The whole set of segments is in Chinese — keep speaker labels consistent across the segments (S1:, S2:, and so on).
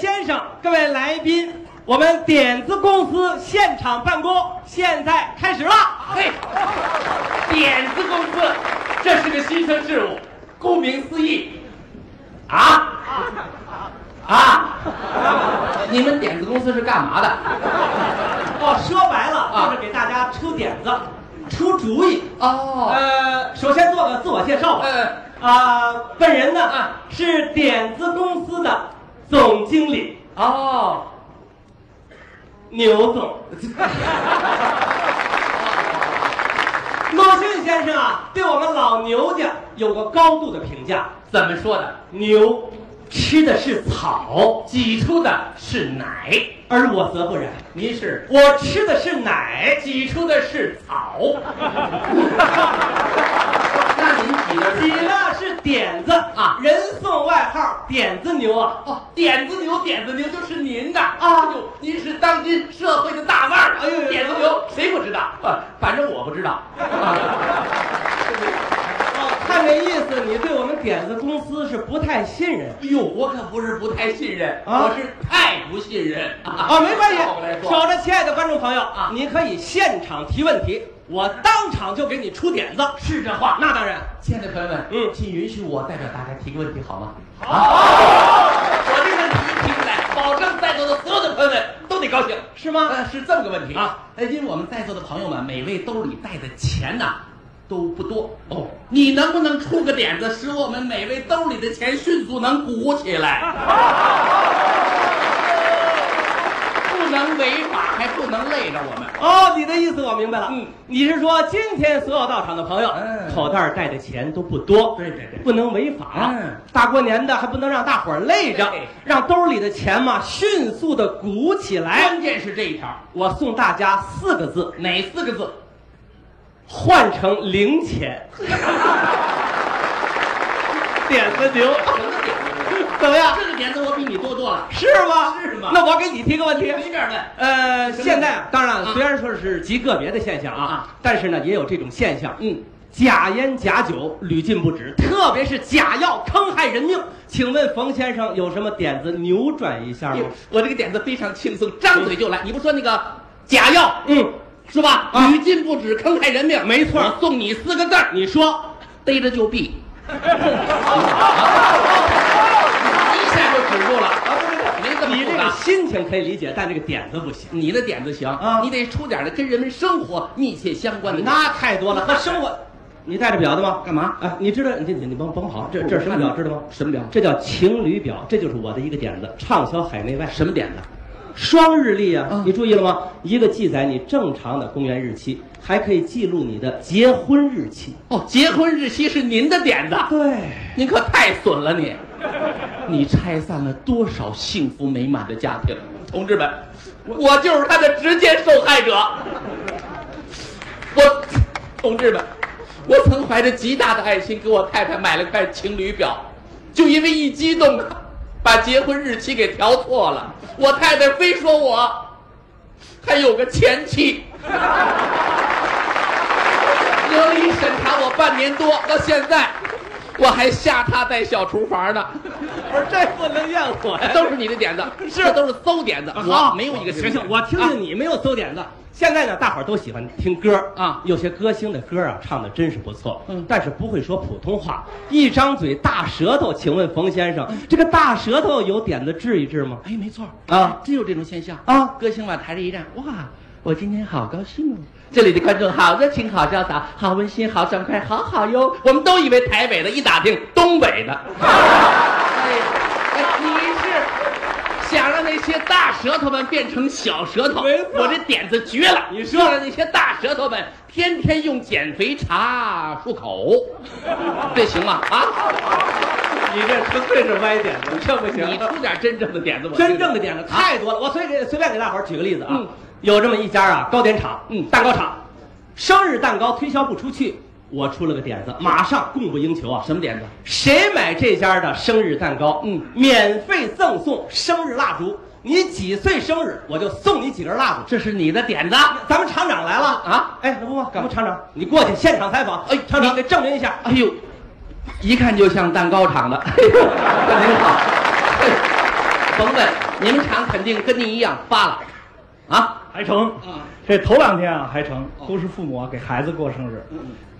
S1: 先生、各位来宾，我们点子公司现场办公现在开始了。
S2: 嘿，点子公司，这是个新生事物，顾名思义，啊啊！你们点子公司是干嘛的？
S1: 哦，说白了
S2: 啊
S1: 就是给大家出点子、出主意。
S2: 哦，
S1: 呃，首先做个自我介绍吧。
S2: 呃，
S1: 啊、本人呢、
S2: 啊
S1: 是点子公司的总经理
S2: 哦，
S1: 牛 总。鲁迅先生啊，对我们老牛家有个高度的评价：
S2: 怎么说的？
S1: 牛吃的是草，
S2: 挤出的是奶，
S1: 而我则不然，
S2: 您是
S1: 我吃的是奶。
S2: 挤出的是草。那您挤的
S1: 挤
S2: 是
S1: 的是点子
S2: 啊
S1: 人送外号“点子牛”啊。
S2: 哦，点子牛，点子牛就是您的
S1: 啊
S2: 哎呦，您是当今社会的大腕儿，
S1: 哎呦呦
S2: 点子牛谁不知道？啊，反正我不知道。
S1: 哦看这意思，你对我们点子公司是不太信任。
S2: 哎呦，我可不是不太信任，
S1: 啊
S2: 我是太不信任
S1: 啊，没关系
S2: 倒过来，说
S1: 少着亲爱的观众朋友
S2: 啊
S1: 你可以现场提问题，我当场就给你出点子。
S2: 是这话。
S1: 那当然，
S2: 亲爱的朋友们，
S1: 嗯
S2: 请允许我代表大家提个问题好吗？好，我这个问题一提出来，保证在座的所有的朋友们都得高兴。
S1: 是吗？
S2: 呃，是这么个问题
S1: 啊。
S2: 呃，因为我们在座的朋友们，每位兜里带的钱呐、都不多哦。你能不能出个点子，使我们每位兜里的钱迅速能鼓起来？ 不能违法，还不能累着我们。
S1: 哦，你的意思我明白了。
S2: 嗯，
S1: 你是说今天所有到场的朋友，
S2: 嗯
S1: 口袋带的钱都不多，
S2: 对对对
S1: 不能违法。
S2: 嗯，
S1: 大过年的还不能让大伙儿累着
S2: 对，
S1: 让兜里的钱嘛迅速的鼓起来。
S2: 关键是这一条，
S1: 我送大家四个字，
S2: 哪四个字？
S1: 换成零 钱。点子牛，
S2: 什么点子？
S1: 怎么样？
S2: 这个点子我比你多多了。
S1: 是吗？
S2: 是吗
S1: 那我给你提个问题。
S2: 随便问。
S1: 呃，
S2: 什么
S1: 现在啊，当然
S2: 啊
S1: 虽然说是极个别的现象啊
S2: 啊，
S1: 但是呢也有这种现象。
S2: 嗯，
S1: 假烟假酒屡禁不止，特别是假药坑害人命。请问冯先生有什么点子扭转一下
S2: 哎
S1: 吗
S2: 呦？我这个点子非常轻松，张嘴就来。你不说那个假药，
S1: 嗯，
S2: 是吧？
S1: 啊
S2: 屡禁不止，坑害人命。
S1: 没错
S2: 我送你四个字儿，
S1: 你说
S2: 逮着就毙。
S1: 哦
S2: 一下就止
S1: 啊
S2: 住了，没这么
S1: 你这
S2: 复
S1: 个
S2: 杂。
S1: 心情可以理解，但这个点子不行。
S2: 你的点子行，
S1: 啊
S2: 你得出点儿的跟人们生活密切相关的。
S1: 那太多了，和啊生活。你带着表的吗？
S2: 干嘛
S1: 哎，你知道？你你你甭甭跑，这这是什么表？知道吗？
S2: 什么表
S1: 这叫情侣表，这就是我的一个点子，畅销海内外。
S2: 什么点子？
S1: 双日历啊
S2: 嗯，
S1: 你注意了吗？一个记载你正常的公元日期，还可以记录你的结婚日期。
S2: 哦，结婚日期是您的点子，
S1: 对，
S2: 您可太损了你！你拆散了多少幸福美满的家庭，同志们，我就是他的直接受害者。我，同志们，我曾怀着极大的爱心给我太太买了块情侣表，就因为一激动，把结婚日期给调错了。我太太非说我还有个前妻。刘医审查我半年多，到现在我还吓他在小厨房呢。
S1: 不是这不能怨我
S2: 都是你的点子，
S1: 是
S2: 这都是馊点子，我没有一个
S1: 啊
S2: 啊
S1: 行
S2: 行
S1: 行，我听听你没有馊点子。现在呢，大伙儿都喜欢听歌
S2: 啊
S1: 有些歌星的歌啊，唱的真是不错，
S2: 嗯
S1: 但是不会说普通话，一张嘴大舌头。请问冯先
S2: 嗯
S1: 生，这个大舌头有点子治一治吗？
S2: 哎，没错
S1: 啊
S2: 啊，真有这种现象
S1: 啊
S2: 歌星往台上一站，哇，我今天好高兴哦！这里的观众好热情、好潇洒、好温馨、好爽快、好好哟！我们都以为台北的，一打听东北 的。哎，哎你是想让那些大舌头们变成小舌头？
S1: 没错
S2: 我这点子绝了！
S1: 你
S2: 说让那些大舌头们天天用减肥茶漱口， 这行吗？啊？
S1: 你这纯粹是歪点子，这不
S2: 你出点真正的点啊子，我
S1: 真正的点子
S2: 啊
S1: 太多了，我随给随便给大伙儿举个例子啊，
S2: 嗯
S1: 有这么一家啊糕点厂，
S2: 嗯
S1: 蛋糕厂，生日蛋糕推销不出去，我出了个点子，马上供不应求啊！
S2: 什么点子？
S1: 谁买这家的生日蛋糕，
S2: 嗯
S1: 免费赠送生日蜡烛，你几岁生日我就送你几根蜡烛。
S2: 这是你的点子。
S1: 咱们厂长来了
S2: 啊
S1: 哎，不不，咱们厂长，你过去现场采访。
S2: 哎
S1: 厂长，
S2: 你
S1: 得证明一下，
S3: 啊
S2: 哎呦，哎一看就像蛋糕厂的。您好，甭问，你们厂肯定跟你一样发了，啊，
S3: 还成
S1: 啊
S3: 这头两天啊还成，
S1: 哦
S3: 都是父母啊给孩子过生
S1: 嗯
S3: 日，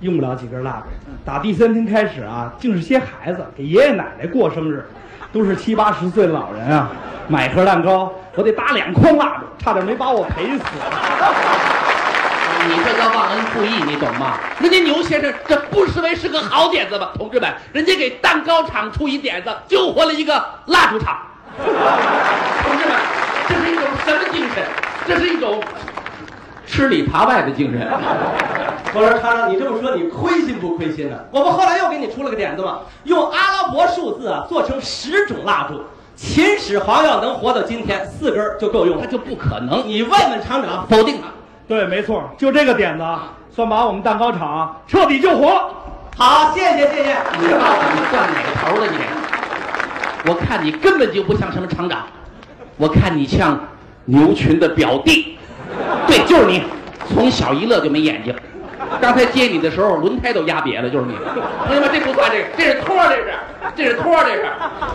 S3: 用不了几根蜡烛。打第三天开始啊，竟是些孩子给爷爷奶奶过生日，都是七八十岁的老人啊，买盒蛋糕，我得搭两筐蜡烛，差点没把我赔死
S2: 你这叫忘恩负义，你懂吗？人家牛先生这不失为是个好点子吧，同志们，人家给蛋糕厂出一点子，救活了一个蜡烛厂。 同志们，这是一种什么精神？这是一种吃里扒外的精神。
S1: 我说厂长，你这么说你亏心不亏心呢、我不后来又给你出了个点子吗？用阿拉伯数字啊做成十种蜡烛，秦始皇要能活到今天，四根儿就够用
S2: 他
S1: 了。
S2: 就不可能，
S1: 你问问厂长，
S2: 否定他。
S3: 对，没错，就这个点子，啊，算把我们蛋糕厂啊彻底救活了。
S1: 好，谢谢谢 谢。
S2: 你到底算哪头了你？我看你根本就不像什么厂长，我看你像牛群的表弟。对，就是你，从小一乐就没眼睛。刚才接你的时候，轮胎都压瘪了，就是你。同学们，这不算这个，这是托儿，这是这是托儿，这是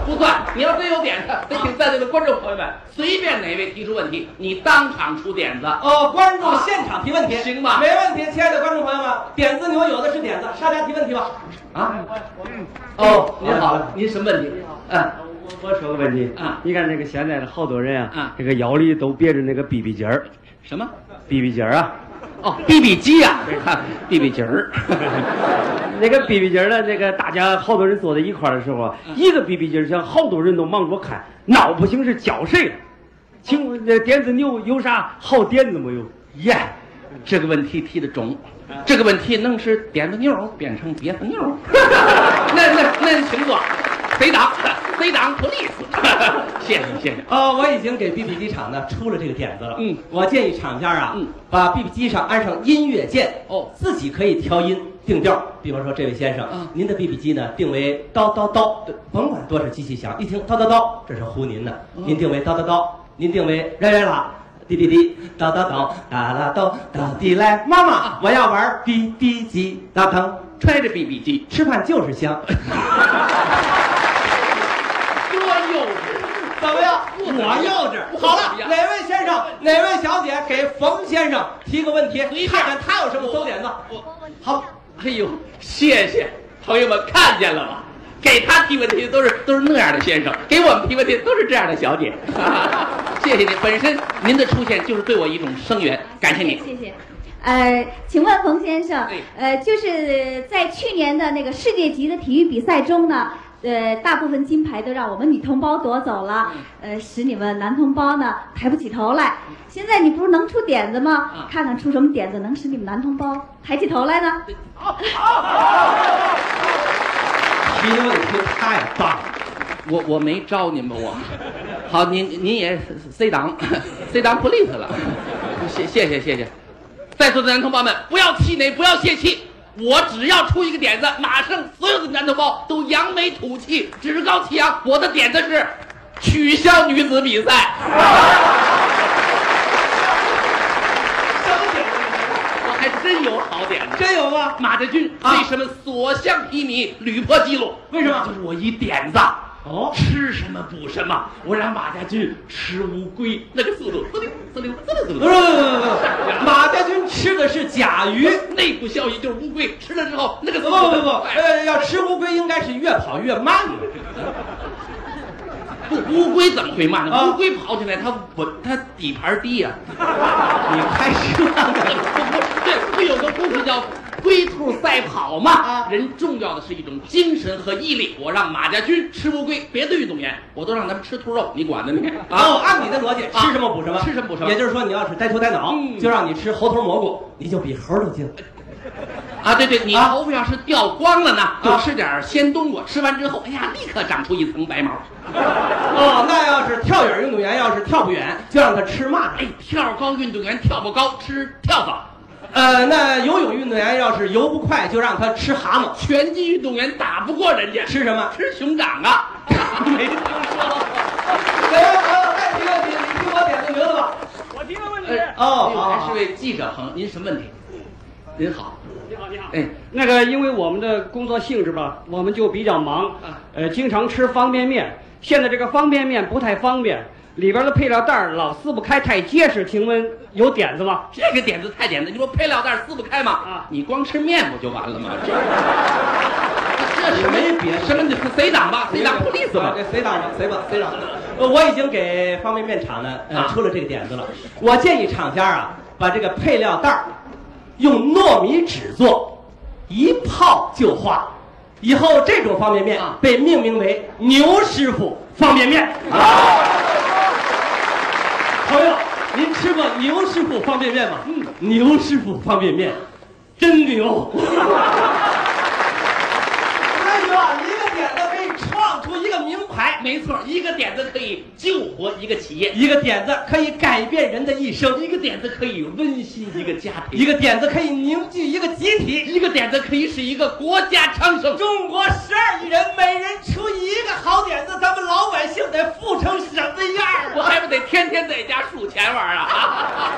S2: 不算。你要真有点子，得请在座的观众朋友们随便哪位提出问题，你当场出点子。
S1: 哦，观众现场提问题，
S2: 啊行吧
S1: 没问题，亲爱的观众朋友们，点子牛有的是点子，沙家提问题吧。
S2: 啊，哦，您好了，您什么问题？嗯，
S4: 我我说个问题
S2: 啊
S4: 你看这个现在的好多人
S2: 啊
S4: 啊，这个腰里都别着那个 BB 筋儿
S2: 什么？
S4: ，BB 筋儿啊，
S2: 哦，BB 机呀、啊，b b 筋儿，
S4: 那个 BB 筋儿呢，那个大家好多人坐在一块儿的时候啊，一个 BB 筋儿上好多人都忙着看，闹不清是教谁了。请问这点子牛有啥好点子没有？
S2: 耶、这个问题提的中，这个问题弄是点子妞儿变成别子妞儿， 那那那情况，贼党贼党 police，谢 谢谢谢。
S1: 哦，我已经给 BB 机厂呢出了这个点子了。
S2: 嗯
S1: 我建议厂家啊，
S2: 嗯
S1: 把 BB 机上安上音乐键，
S2: 哦
S1: 自己可以调音定调。比方说，这位先生，
S2: 嗯
S1: 您的 BB 机呢定为叨叨叨，甭管多少机器响，一听叨叨叨，这是呼您的，
S2: 嗯
S1: 您定为叨叨叨，您定为来来啦。滴滴滴，叨叨叨，哒啦叨，到底来，妈妈，
S2: 啊
S1: 我要玩 BB 机，大当，
S2: 揣着 BB 机，
S1: 吃饭就是 香，
S2: 多幼稚！
S1: 怎么样？
S2: 不怎么样
S1: 我幼
S2: 不
S1: 稚。
S2: 怎
S1: 好
S2: 么
S1: 了，
S2: 样
S1: 哪位先生、哪位小姐给冯先生提个问题
S2: 随，便
S1: 看看他有什么馊点子。好，
S2: 哎呦，谢谢朋友们看见了吗？给他提问题的都是都是那样的先生，给我们提问题的都是这样的小姐， 谢谢您。本身您的出现就是对我一种声援，感谢您。
S5: 谢谢。呃，请问冯先生
S2: 哎，
S5: 呃，就是在去年的那个世界级的体育比赛中呢，呃，大部分金牌都让我们女同胞夺走了，
S2: 嗯
S5: 呃，使你们男同胞呢抬不起头来。现在你不是能出点子
S2: 啊
S5: 吗？看看出什么点子能使你们男同胞抬起头来呢？
S1: 提的问题太棒了。
S2: 我我没招您吧我，好您您也 C 档 C 档 police 了，谢谢谢谢谢，在座的男同胞们不要气馁不要泄气，我只要出一个点子，马上所有的男同胞都扬眉吐气趾高气扬，我的点子是取消女子比赛。我还真有好点子，
S1: 真有吗？
S2: 马家军
S1: 啊
S2: 为什么所向披靡，屡破纪录？
S1: 为什么
S2: 就是我一点子。
S1: 哦
S2: 吃什么补什么，我让马家军吃乌龟，那个速度，滋溜滋溜滋溜滋
S1: 不
S2: 溜
S1: 不不不不，哦马家军吃的是甲鱼。
S2: 内部效益就是乌龟吃了之后，那个
S1: 不
S2: 速度
S1: 不不不，
S2: 哎
S1: 呃，要吃乌龟应该是越跑越慢的。
S2: 不乌龟怎么会慢呢？
S1: 啊
S2: 乌龟跑起来它稳，它底盘低呀、
S1: 你开始看看。
S2: 对，不有个故事叫龟兔赛跑嘛？
S1: 啊
S2: 人重要的是一种精神和毅力。我让马家军吃乌龟，别的运动员我都让他们吃兔肉，你管呢你？
S1: 哦，，按你的逻辑，吃什么补什么，
S2: 啊啊吃什么补什么
S1: 也就是说，你要是呆头呆脑，
S2: 嗯
S1: 就让你吃猴头蘑菇，你就比猴都精。
S2: 啊，对对，你
S1: 啊
S2: 头发要是掉光了呢，就
S1: 啊
S2: 吃点儿鲜冬瓜，吃完之后，哎呀，立刻长出一层白毛。
S1: 哦，那要是跳远运动员，要是跳不远，就让他吃蚂
S2: 哎
S1: 蚱。，
S2: 跳高运动员跳不高，吃跳蚤；
S1: 呃，那游泳运动员要是游不快，就让他吃蛤蟆。
S2: 拳击运动员打不过人家，
S1: 吃什么？
S2: 吃熊掌啊！没听说。
S1: 哎呦，朋友，再提问题，你听我点子名字吧。
S3: 我提个问
S2: 呃
S1: 哦好好
S2: 还是位记者朋友，您什么问题？您好，
S4: 你好，你好
S2: 哎，
S4: 那个，因为我们的工作性质吧，我们就比较忙
S2: 啊，
S4: 呃，经常吃方便面。现在这个方便面不太方便，里边的配料袋儿老撕不开，太结实。请问有点子吗？
S2: 这个点子太简单，你说配料袋撕不开吗？
S4: 啊
S2: 你光吃面不就完了吗？这这什么也别什么？你是谁党吧？谁党不利索
S1: 啊
S2: 吗？
S1: 这谁挡的？谁吧？谁挡的？呃我已经给方便面厂呢
S2: 啊
S1: 呃出了这个点子了。我建议厂家啊，把这个配料袋儿用糯米纸做，一泡就化。以后这种方便面
S2: 啊
S1: 被命名为牛师傅方便面。啊朋友，您吃过牛师傅方便面吗？嗯，牛师傅方便面真牛。哎太牛了！一个点子可以创出一个名牌，
S2: 没错，一个点子可以救活一个企业，
S1: 一个点子可以改变人的一生，
S2: 一个点子可以温馨一个家庭，
S1: 一个点子可以凝聚一个集体。
S2: 一个点子可以使一个国家昌盛。
S1: 中国十二亿人，每人出一个好点子，咱们老百姓得富成什么样
S2: 我还不得天天在家数钱玩啊！